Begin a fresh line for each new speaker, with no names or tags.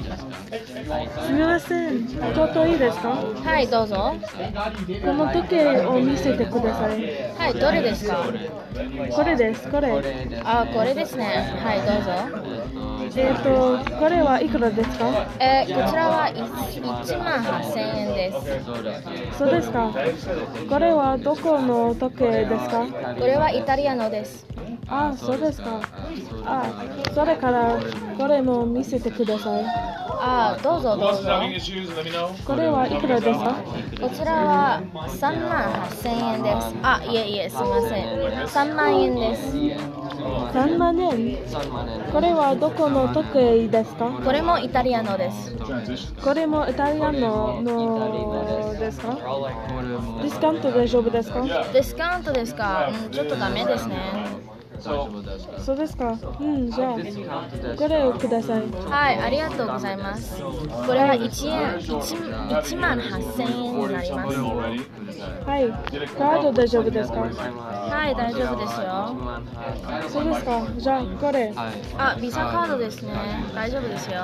すみません、ちょっといいですか
はい、どうぞ。
この時計を見せてください。
はい、どれですか
これです、これ。
あ、これですね。はい、どうぞ。
えっ、と、これはいくらですか
えーこちらは1万8000円です。
そうですか。これはどこの時計ですか
これはイタリアのです。
あ、そうですか。あ、それからこれも見せてください。
あ、どうぞどう
Bosses having
ぞ。
issues, let me know.
これはいくらですか
こちらは3万8000円です。あ、いえいえ、すいません。3万円です。
?3 万円。これはどこの時計ですか
これもイタリアのです。
Transition.
これもイタリアののですかディスカウント大丈夫ですか
Yeah.
ディスカウントですか、うん、ちょっとダメですね。
So,
そうですか。うん、じゃあ、これをください。
はい、ありがとうございます。これは1円、1, 1万8000円になります。
already.
はい。カード大丈夫ですか
はい、大丈夫ですよ。
そうですか。じゃあ、これ。
あ、ビザカードですね。大丈夫ですよ。